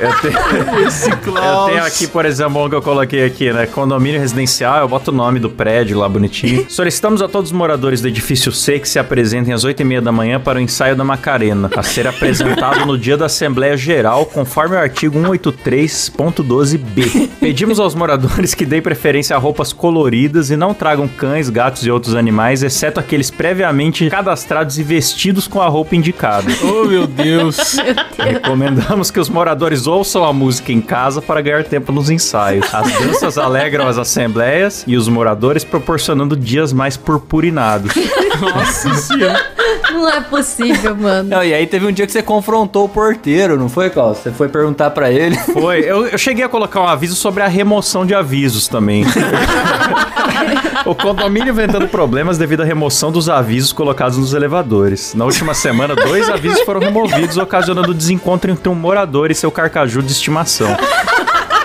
A: Eu tenho, eu tenho aqui, por exemplo, um que eu coloquei aqui, né? Condomínio residencial, eu boto o nome do prédio lá bonitinho. Solicitamos a todos os moradores do edifício C que se apresentem às 8 e meia da manhã para o ensaio da Macarena, a ser apresentado no dia da Assembleia Geral, conforme o artigo 183.12b. Pedimos aos moradores que deem preferência a roupas coloridas e não tragam cães, gatos e outros animais, exceto aqueles previamente cadastrados e vestidos com a roupa indicada.
C: Oh, meu Deus.
A: Recomendamos que os moradores ouçam a música em casa para ganhar tempo nos ensaios. As danças alegram as assembleias e os moradores proporcionando dias mais purpurinados.
C: Nossa senhora.
E: Não é possível, mano.
B: Não, e aí teve um dia que você confrontou o porteiro, não foi, Klaus? Você foi perguntar pra ele.
A: Foi. Eu, eu cheguei a colocar um aviso sobre a remoção de avisos também. o condomínio inventando problemas devido à remoção dos avisos colocados nos elevadores. Na última semana, dois avisos foram removidos, ocasionando desencontro entre um morador e seu carcaju de estimação.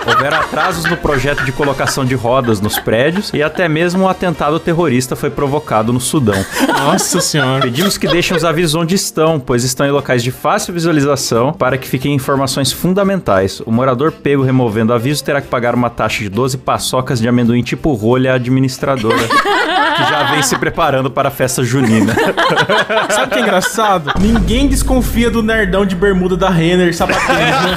A: Houveram atrasos no projeto de colocação de rodas nos prédios e até mesmo um atentado terrorista foi provocado no Sudão.
C: Nossa senhora.
A: Pedimos que deixem os avisos onde estão, pois estão em locais de fácil visualização para que fiquem informações fundamentais. O morador pego removendo aviso terá que pagar uma taxa de 12 paçocas de amendoim tipo rolha à administradora, que já vem se preparando para a festa junina.
C: Sabe o que é engraçado? Ninguém desconfia do nerdão de bermuda da Renner, sapatinho. né?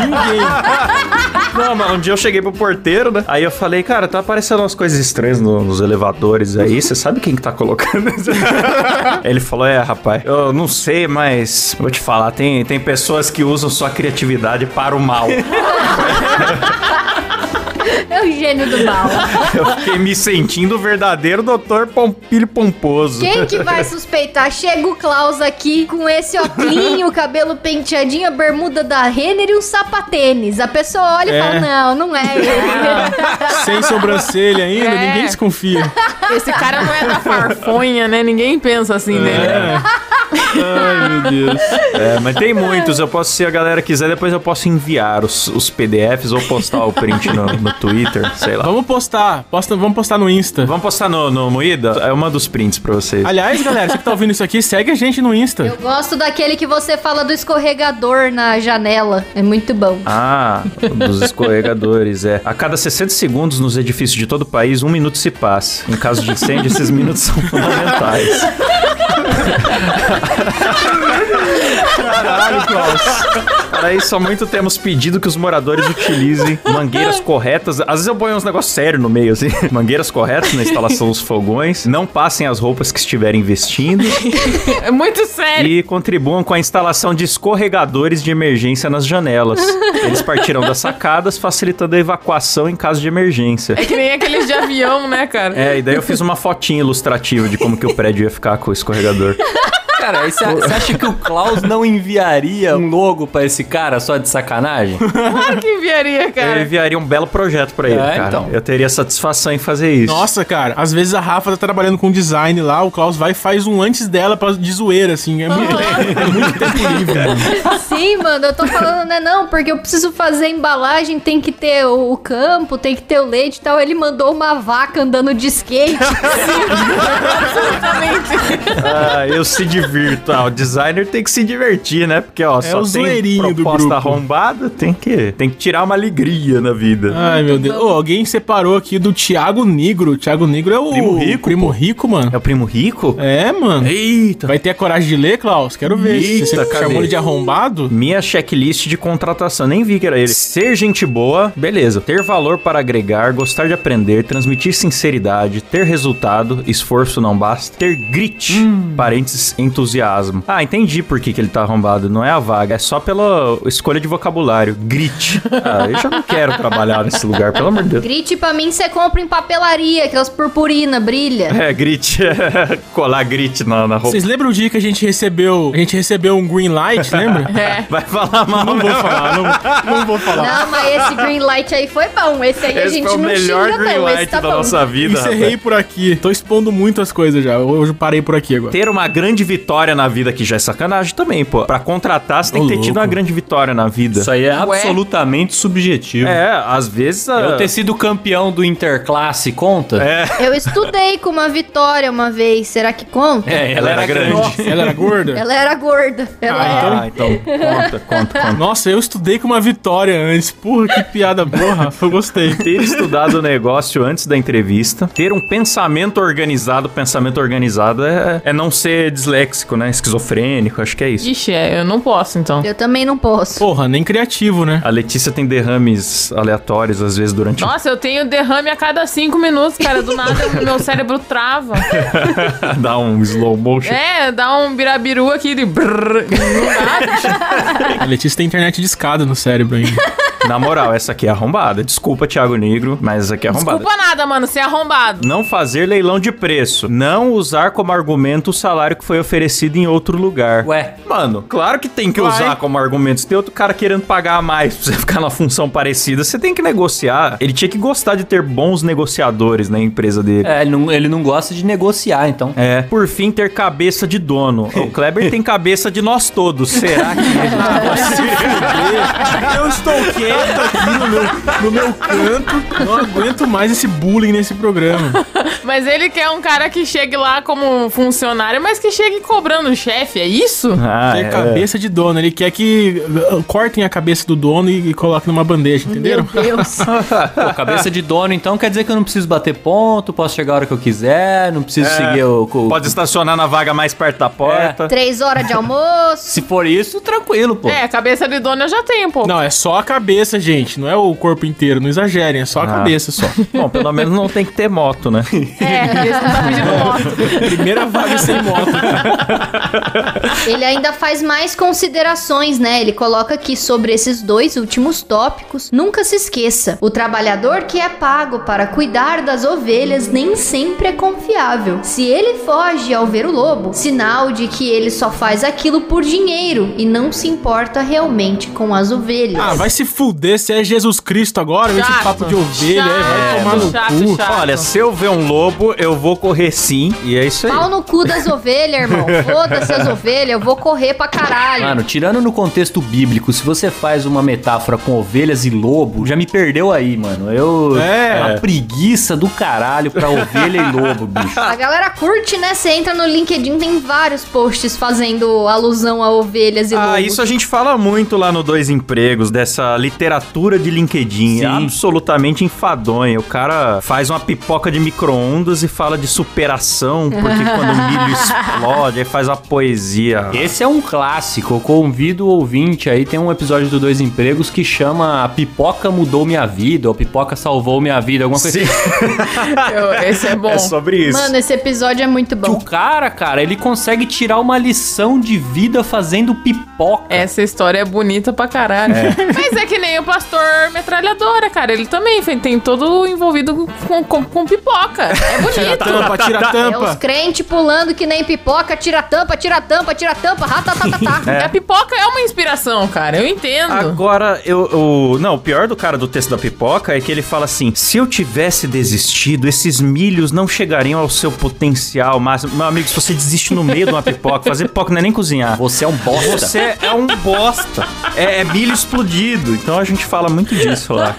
C: Ninguém.
A: Não, mas um dia eu cheguei pro porteiro, né? Aí eu falei, cara, tá aparecendo umas coisas estranhas no- nos elevadores aí. Você sabe quem que tá colocando isso? Ele falou, é, rapaz, eu não sei, mas vou te falar, tem, tem pessoas que usam sua criatividade para o mal.
E: É o gênio do mal.
A: Eu fiquei me sentindo o verdadeiro doutor Pompilho Pomposo.
E: Quem que vai suspeitar? Chega o Klaus aqui com esse oclinho, cabelo penteadinho, a bermuda da Renner e um sapatênis. A pessoa olha e fala: Não, não é ele.
C: Sem sobrancelha ainda,
D: É.
C: ninguém desconfia.
D: Esse cara não é da farfonha, né? Ninguém pensa assim nele.
C: É. Ai, meu Deus.
A: É, mas tem muitos. Eu posso, se a galera quiser, depois eu posso enviar os, os PDFs ou postar o print no, no Twitter, sei lá.
C: Vamos postar. Posta, vamos postar no Insta.
A: Vamos postar no, no Moída? Eu mando os prints pra vocês.
C: Aliás, galera, você que tá ouvindo isso aqui, segue a gente no Insta.
E: Eu gosto daquele que você fala do escorregador na janela. É muito bom.
A: Ah, dos escorregadores, é. A cada 60 segundos nos edifícios de todo o país, um minuto se passa. Em caso de incêndio, esses minutos são fundamentais. Caralho, Klaus. Para isso, há muito temos pedido que os moradores utilizem mangueiras corretas. Às vezes eu ponho uns negócios sérios no meio, assim. Mangueiras corretas na instalação dos fogões. Não passem as roupas que estiverem vestindo.
D: É muito sério.
A: e contribuam com a instalação de escorregadores de emergência nas janelas. Eles partirão das sacadas, facilitando a evacuação em caso de emergência.
D: É que nem aqueles de avião, né, cara?
A: É, e daí eu fiz uma fotinha ilustrativa de como que o prédio ia ficar com o escorregador.
B: Cara, aí você você acha que o Klaus não enviaria um logo pra esse cara só de sacanagem?
D: Claro que enviaria,
A: Eu
D: cara.
A: enviaria um belo projeto pra ele,
B: É,
A: cara.
B: então.
A: Eu teria satisfação em fazer isso.
C: Nossa, cara, às vezes a Rafa tá trabalhando com design lá, o Klaus vai e faz um antes dela pra, de zoeira, assim. É muito, é muito tempo livre, mano.
E: Sim, mano, eu tô falando, né? Não, porque eu preciso fazer a embalagem, tem que ter o, o campo, tem que ter o leite e tal. Ele mandou uma vaca andando de skate.
A: Ah, eu se divirto. Ah, o designer tem que se divertir, né? Porque, ó, só
C: É o
A: tem
C: zoeirinho do
A: proposta
C: grupo.
A: arrombada, tem que, tem que tirar uma alegria na vida.
C: Ai, meu Deus. Ô, alguém separou aqui do Thiago Negro. O Thiago Negro é o
A: Primo rico,
C: primo
A: pô.
C: rico, mano.
A: É o primo rico?
C: É, mano.
A: Eita,
C: Vai ter a coragem de ler, Klaus? Quero ver.
A: Eita,
C: Você
A: cadê?
C: chamou ele de arrombado?
A: Minha checklist de contratação, nem vi que era ele. Ser gente boa, beleza. Ter valor para agregar, gostar de aprender, transmitir sinceridade, ter resultado, esforço não basta. Ter grit,
C: Hum.
A: parênteses, entusiasmo. Ah, entendi por que, que ele tá arrombado. Não é a vaga, é só pela escolha de vocabulário. Grit. Ah, eu já não quero trabalhar nesse lugar, pelo amor de Deus.
E: Grite pra mim, você compra em papelaria, aquelas purpurina, brilha.
A: É, grit. Colar grit na, na roupa.
C: Vocês lembram o dia que a gente recebeu. A gente recebeu um green light, lembra?
D: É.
A: Vai falar mal,
C: Não vou
A: mesmo.
C: falar, não, vou- não vou falar.
E: Não, mas esse green light aí foi bom. Esse aí a
A: Tá. Esse
E: gente
A: foi o
E: não
A: melhor
E: xinga,
A: green
E: não. Esse
A: light
E: tá
A: da
E: bom.
A: nossa vida. rapaz.
C: Encerrei por aqui. Tô expondo muito as coisas já. Hoje eu parei por aqui agora.
A: Ter uma grande vitória vitória na vida, que já é sacanagem também, pô. Pra contratar, você tem que ter tido uma grande vitória na vida.
B: Isso aí é absolutamente subjetivo.
A: É, às vezes. a-
B: Eu ter sido campeão do Interclasse conta?
A: É.
E: Eu estudei com uma vitória uma vez, será que conta?
A: É, ela, era, grande.
C: Nossa, ela era gorda?
E: Ela era gorda. Ela era.
A: Ah, então conta, conta, conta.
C: Nossa, eu estudei com uma vitória antes. Porra, que piada boa, Rafa. Eu gostei.
A: Ter estudado o negócio antes da entrevista, ter um pensamento organizado, pensamento organizado é, é não ser disléxico, né? Esquizofrênico, acho que é isso.
D: Ixi, é, eu não posso, então.
E: Eu também não posso.
C: Porra, nem criativo, né?
A: A Letícia tem derrames aleatórios, às vezes, durante
D: Nossa, eu tenho derrame a cada cinco minutos, cara. Do nada o meu cérebro trava.
A: dá um slow motion.
D: É, dá um birabiru aqui de brrr.
C: A Letícia tem internet de escada no cérebro ainda.
A: Na moral, essa aqui é arrombada. Desculpa, Thiago Negro, mas essa aqui é arrombada.
D: Desculpa nada, mano, você é arrombado.
A: Não fazer leilão de preço. Não usar como argumento o salário que foi oferecido em outro lugar.
B: Ué.
A: Mano, claro que tem que
C: Vai.
A: usar como argumento. Se tem outro cara querendo pagar a mais pra você ficar na função parecida, você tem que negociar. Ele tinha que gostar de ter bons negociadores na empresa dele. É.
B: É, ele não, ele não gosta de negociar, então.
A: Por fim, ter cabeça de dono. O Kleber tem cabeça de nós todos. Será que
C: Eu estou quieto aqui no meu, no meu canto. Não aguento mais esse bullying nesse programa.
D: Mas ele quer um cara que chegue lá como um funcionário, mas que chegue cobrando o chefe, é isso?
A: Ah,
C: Tem cabeça de dono. Ele quer que uh, cortem a cabeça do dono e, e coloquem numa bandeja,
E: Meu
C: entenderam?
E: Deus.
B: Pô, cabeça de dono, então quer dizer que eu não preciso bater ponto, posso chegar a hora que eu quiser, não preciso seguir o. o-
A: É,
B: é,
A: Pode estacionar na vaga mais perto da porta.
E: Três horas de almoço.
B: Se for isso, tranquilo, pô.
D: É, cabeça de dono eu já tenho, pô.
C: Não, é só a cabeça, gente. Não é o corpo inteiro. Não exagerem. É
A: Ah.
C: só a cabeça só.
A: Bom, pelo menos não tem que ter moto, né?
D: É, ele tá pedindo moto.
C: Primeira vaga sem moto.
E: Ele ainda faz mais considerações, né? Ele coloca aqui sobre esses dois últimos tópicos. Nunca se esqueça: o trabalhador que é pago para cuidar das ovelhas nem sempre é confiável. Se ele foge ao ver o lobo, sinal de que ele só faz aquilo por dinheiro e não se importa realmente com as ovelhas.
C: Ah, vai se fuder. Você é Jesus Cristo agora? com Esse
D: Chato.
C: papo de ovelha. é, vai
D: Chato,
C: tomar no
D: chato,
C: cu.
D: chato.
A: Tá Olha, se eu ver um lobo, eu vou correr sim. E é isso aí.
E: Pau no cu das ovelhas, irmão. Foda-se as ovelhas, eu vou correr pra caralho.
B: Mano, tirando no contexto bíblico, se você faz uma metáfora com ovelhas e lobo, já me perdeu aí, mano. Eu.
C: É.
B: Uma preguiça do caralho pra ovelha e lobo, bicho.
E: A galera curte, né? Você entra no LinkedIn, tem vários posts fazendo alusão a ovelhas e
A: Ah,
E: lobos.
A: isso a gente fala muito lá no Dois Empregos, dessa literatura de LinkedIn. É
B: Sim.
A: absolutamente enfadonha. O cara faz uma pipoca de micro-ondas e fala de superação, porque quando o milho explode, aí faz a poesia.
B: Esse é um clássico. Eu convido o ouvinte aí. Tem um episódio do Dois Empregos que chama A Pipoca Mudou Minha Vida, ou A Pipoca Salvou Minha Vida, alguma coisa assim.
A: Sim,
D: Eu- esse é bom.
A: é sobre isso.
E: Mano, esse episódio é muito
B: Que o
E: bom.
B: cara, cara, ele consegue tirar uma lição de vida fazendo pipoca.
D: Essa história é bonita pra caralho. Mas é que nem o pastor metralhadora, cara. Ele também fe- tem todo envolvido com, com- com pipoca. É bonito.
C: Tampa, tira a
E: É os
C: tampa.
E: crentes pulando que nem pipoca, tira a tampa, tira a tampa, tira a tampa, ratatatatá.
D: A pipoca é uma inspiração, cara. Eu entendo.
A: Agora, eu, eu- Não, o pior do cara do texto da pipoca é que ele fala assim: se eu tivesse desistido, esses milhos não chegariam ao seu potencial máximo. Meu amigo, se você desiste no meio de uma pipoca, fazer pipoca não é nem cozinhar.
B: Você é um bosta.
A: Você é um bosta. É, é milho explodido. Então a gente fala muito disso lá.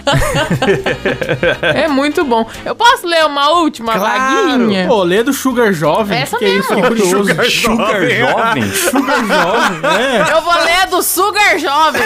D: É muito bom. Eu posso ler uma última vaguinha?
C: Pô, lê do Sugar Jovem.
D: Essa
C: que é isso?
D: mesmo.
C: Que curioso.
A: Sugar é um jovem.
C: Sugar Jovem, né?
D: Eu vou ler a do Sugar Jovem.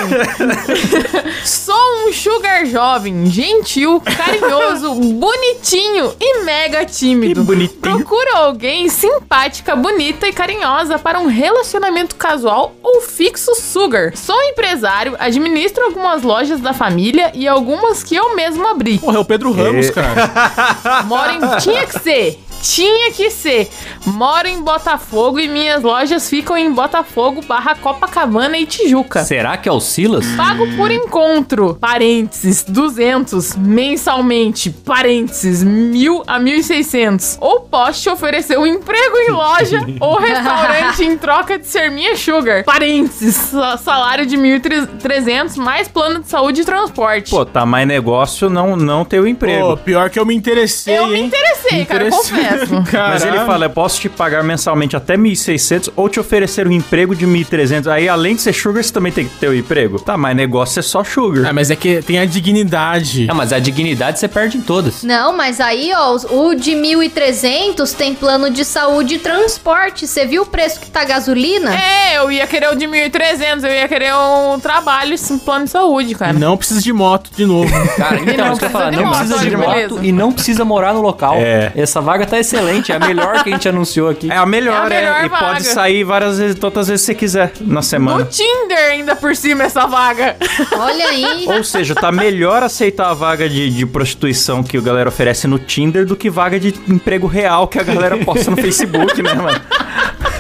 D: Sou um Sugar Jovem, gentil, carinhoso, bonitinho e mega tímido.
A: Que bonitinho.
D: Procuro alguém simpática, bonita e carinhosa para um relacionamento casual ou fixo Sugar. Sou empresário, administro algumas lojas da família e algumas que eu mesmo abri.
C: Porra, é o Pedro Ramos, cara.
D: Moro em. Tinha que ser! Tinha que ser! Moro em Botafogo e minhas lojas ficam em Botafogo barra Copacabana e Tijuca.
B: Será que é o Silas?
D: Pago por encontro, parênteses, 200 mensalmente, parênteses, 1.000 a 1.600. Ou posso te oferecer um emprego em loja ou restaurante em troca de ser minha sugar, parênteses, sa- salário de 1.300 mais plano de saúde e transporte.
A: Pô, tá mais negócio não, não ter o emprego.
C: Pô, pior que eu me interessei,
D: eu me
C: hein?
D: interessei, gostei, cara, eu confesso.
A: Mas ele fala, eu posso te pagar mensalmente até 1.600 ou te oferecer um emprego de 1.300. Aí, além de ser sugar, você também tem que ter o emprego. Tá, mas negócio é só sugar.
C: Ah, mas é que tem a dignidade.
B: Ah, mas a dignidade você perde em todas.
E: Não, mas aí, ó, os- o de 1.300 tem plano de saúde e transporte. Você viu o preço que tá a gasolina?
D: É, eu ia querer o de 1.300, eu ia querer um trabalho sem plano de saúde, cara.
C: Não precisa de moto de novo.
B: Cara, então,
D: não
B: isso que
D: precisa
B: eu falo,
D: de
B: não
D: moto,
B: precisa de
D: olha,
B: moto
D: beleza.
B: e não precisa morar no local.
A: É.
B: Essa vaga tá excelente, é a melhor que a gente anunciou aqui.
A: É a melhor,
D: É a melhor
A: é. E
D: vaga.
A: pode sair várias vezes, todas as vezes que você quiser na
D: No
A: semana.
D: Tinder ainda por cima essa vaga.
E: Olha aí.
A: Ou seja, tá melhor aceitar a vaga de, de prostituição que a galera oferece no Tinder do que vaga de emprego real que a galera posta no Facebook, né, mano?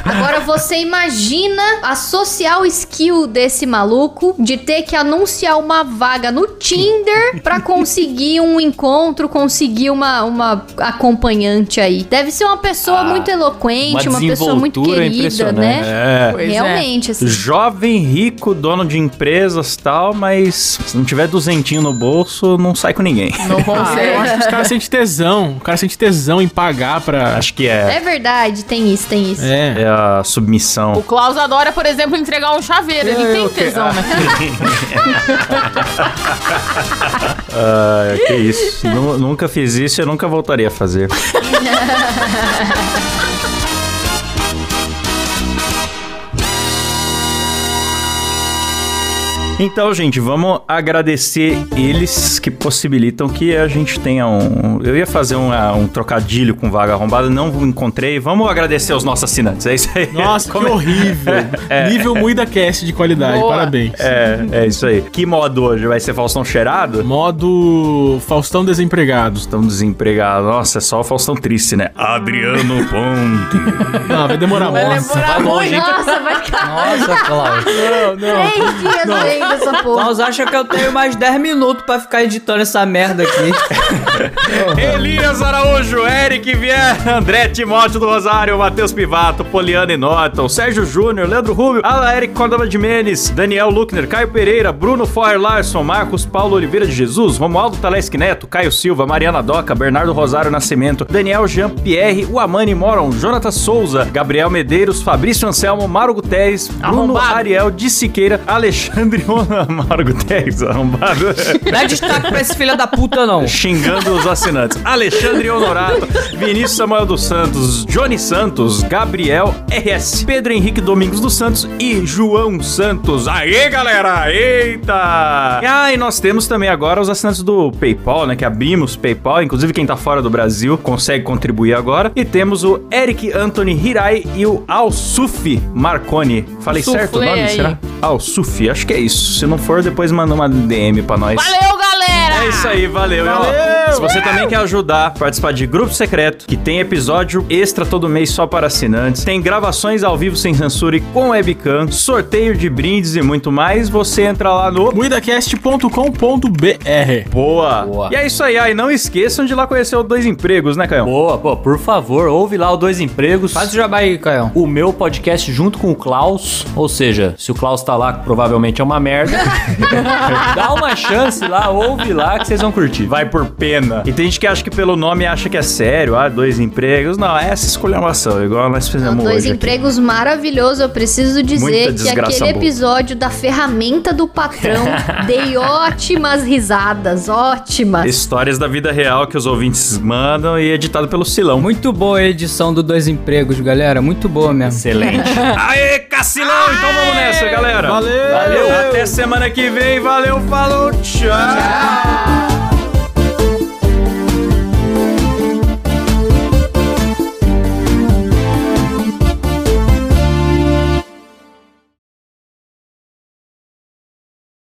E: Agora você imagina a social skill desse maluco de ter que anunciar uma vaga no Tinder pra conseguir um encontro, conseguir uma, uma acompanhante aí. Deve ser uma pessoa muito eloquente, uma, pessoa muito
B: desenvoltura
E: querida, né?
A: É.
D: Pois é.
E: Realmente, assim.
A: Jovem, rico, dono de empresas tal, mas se não tiver duzentinho no bolso, não sai com ninguém.
D: Não
C: Ah, eu
D: consegue.
C: acho que os caras sentem tesão. O cara sente tesão em pagar pra.
A: Acho que é,
E: É verdade, tem isso, tem isso.
C: É.
A: é a submissão.
D: O Klaus adora, por exemplo, entregar um chaveiro. Ele tem tesão, né?
A: Ah, que isso. Nu- nunca fiz isso e eu nunca voltaria a fazer. Então, gente, vamos agradecer eles que possibilitam que a gente tenha um. Eu ia fazer uma- um trocadilho com vaga arrombada, não encontrei. Vamos agradecer aos nossos assinantes, é isso aí.
C: Nossa, que
A: Como-
C: horrível. Nível Muida Cast de qualidade,
D: Boa.
C: parabéns.
A: é, é isso aí. Que modo hoje? Vai ser Faustão cheirado?
C: Modo Faustão desempregado.
A: Faustão desempregado. Nossa, é só o Faustão triste, né? Adriano Ponte.
C: Não, vai demorar
D: Vai
C: muito.
D: demorar muito.
E: Nossa, vai ficar
F: Nossa, Klaus.
C: Não, não.
E: três dias ainda essa porra.
F: Klaus acha que eu tenho mais 10 minutos pra ficar editando essa merda aqui.
A: Elias Araújo, Eric Vieira, André Timóteo do Rosário, Matheus Pivato, Poliana e Norton, Sérgio Júnior, Leandro Rubio, Ala Eric Cordova de Menes, Daniel Luckner, Caio Pereira, Bruno Foyer Larson, Marcos Paulo Oliveira de Jesus, Romualdo Talesque Neto, Caio Silva, Mariana Doca, Bernardo Rosário Nascimento, Daniel Jean-Pierre, Uamani Moron, Jonathan Souza, Gabriel Medeiros, Fabrício Anselmo, Mauro Guterres, Bruno
D: Arrombado.
A: Ariel de Siqueira, Alexandre Mauro Guterres, arrombado.
F: Não é destaque pra esse filho da puta, não.
A: xingando os assinantes. Alexandre Honorato, Vinícius Samuel dos Santos, Johnny Santos, Gabriel RS, Pedro Henrique Domingos dos Santos e João Santos. Aê, galera! Eita! Ah, e nós temos também agora os assinantes do PayPal, né? Que abrimos PayPal, inclusive quem tá fora do Brasil consegue contribuir agora. E temos o Eric Anthony Hirai e o Alsuf Marconi. Falei
D: Suflê
A: certo o nome?
D: aí.
A: Será? Alsuf, acho que é isso. Se não for, depois manda uma DM pra nós.
D: Valeu, galera!
A: É isso aí, valeu. E, ó, Se você também quer ajudar a participar de grupo secreto, que tem episódio extra todo mês só para assinantes, tem gravações ao vivo sem censura e com webcam, sorteio de brindes e muito mais, você entra lá no
C: Muidacast.com.br
A: Boa.
B: Boa.
A: E é isso aí, aí não esqueçam de ir lá conhecer os dois empregos, né, Caio?
B: Boa, pô, por favor, ouve lá o Dois Empregos.
F: Faz o jabá aí, Caião.
B: o meu podcast junto com o Klaus, ou seja, se o Klaus tá lá, provavelmente é uma merda. Dá uma chance lá, ouve lá que vocês vão curtir.
A: Vai por pena. E tem gente que acha que pelo nome acha que é sério, ah, dois empregos. Não, é essa escolhamação, igual nós
E: Não,
A: fizemos
E: dois
A: hoje. aqui.
E: empregos maravilhosos. Eu preciso dizer que
A: desgraça
E: aquele
A: boa.
E: episódio da ferramenta do patrão dei ótimas risadas, ótimas.
A: Histórias da vida real que os ouvintes mandam e editado pelo Silão.
F: Muito boa a edição do Dois Empregos, galera. Muito boa mesmo.
B: Excelente.
A: Aê, Cacilão! Então vamos nessa, galera.
C: Valeu!
A: Valeu! Até semana que vem. Valeu, falou, tchau.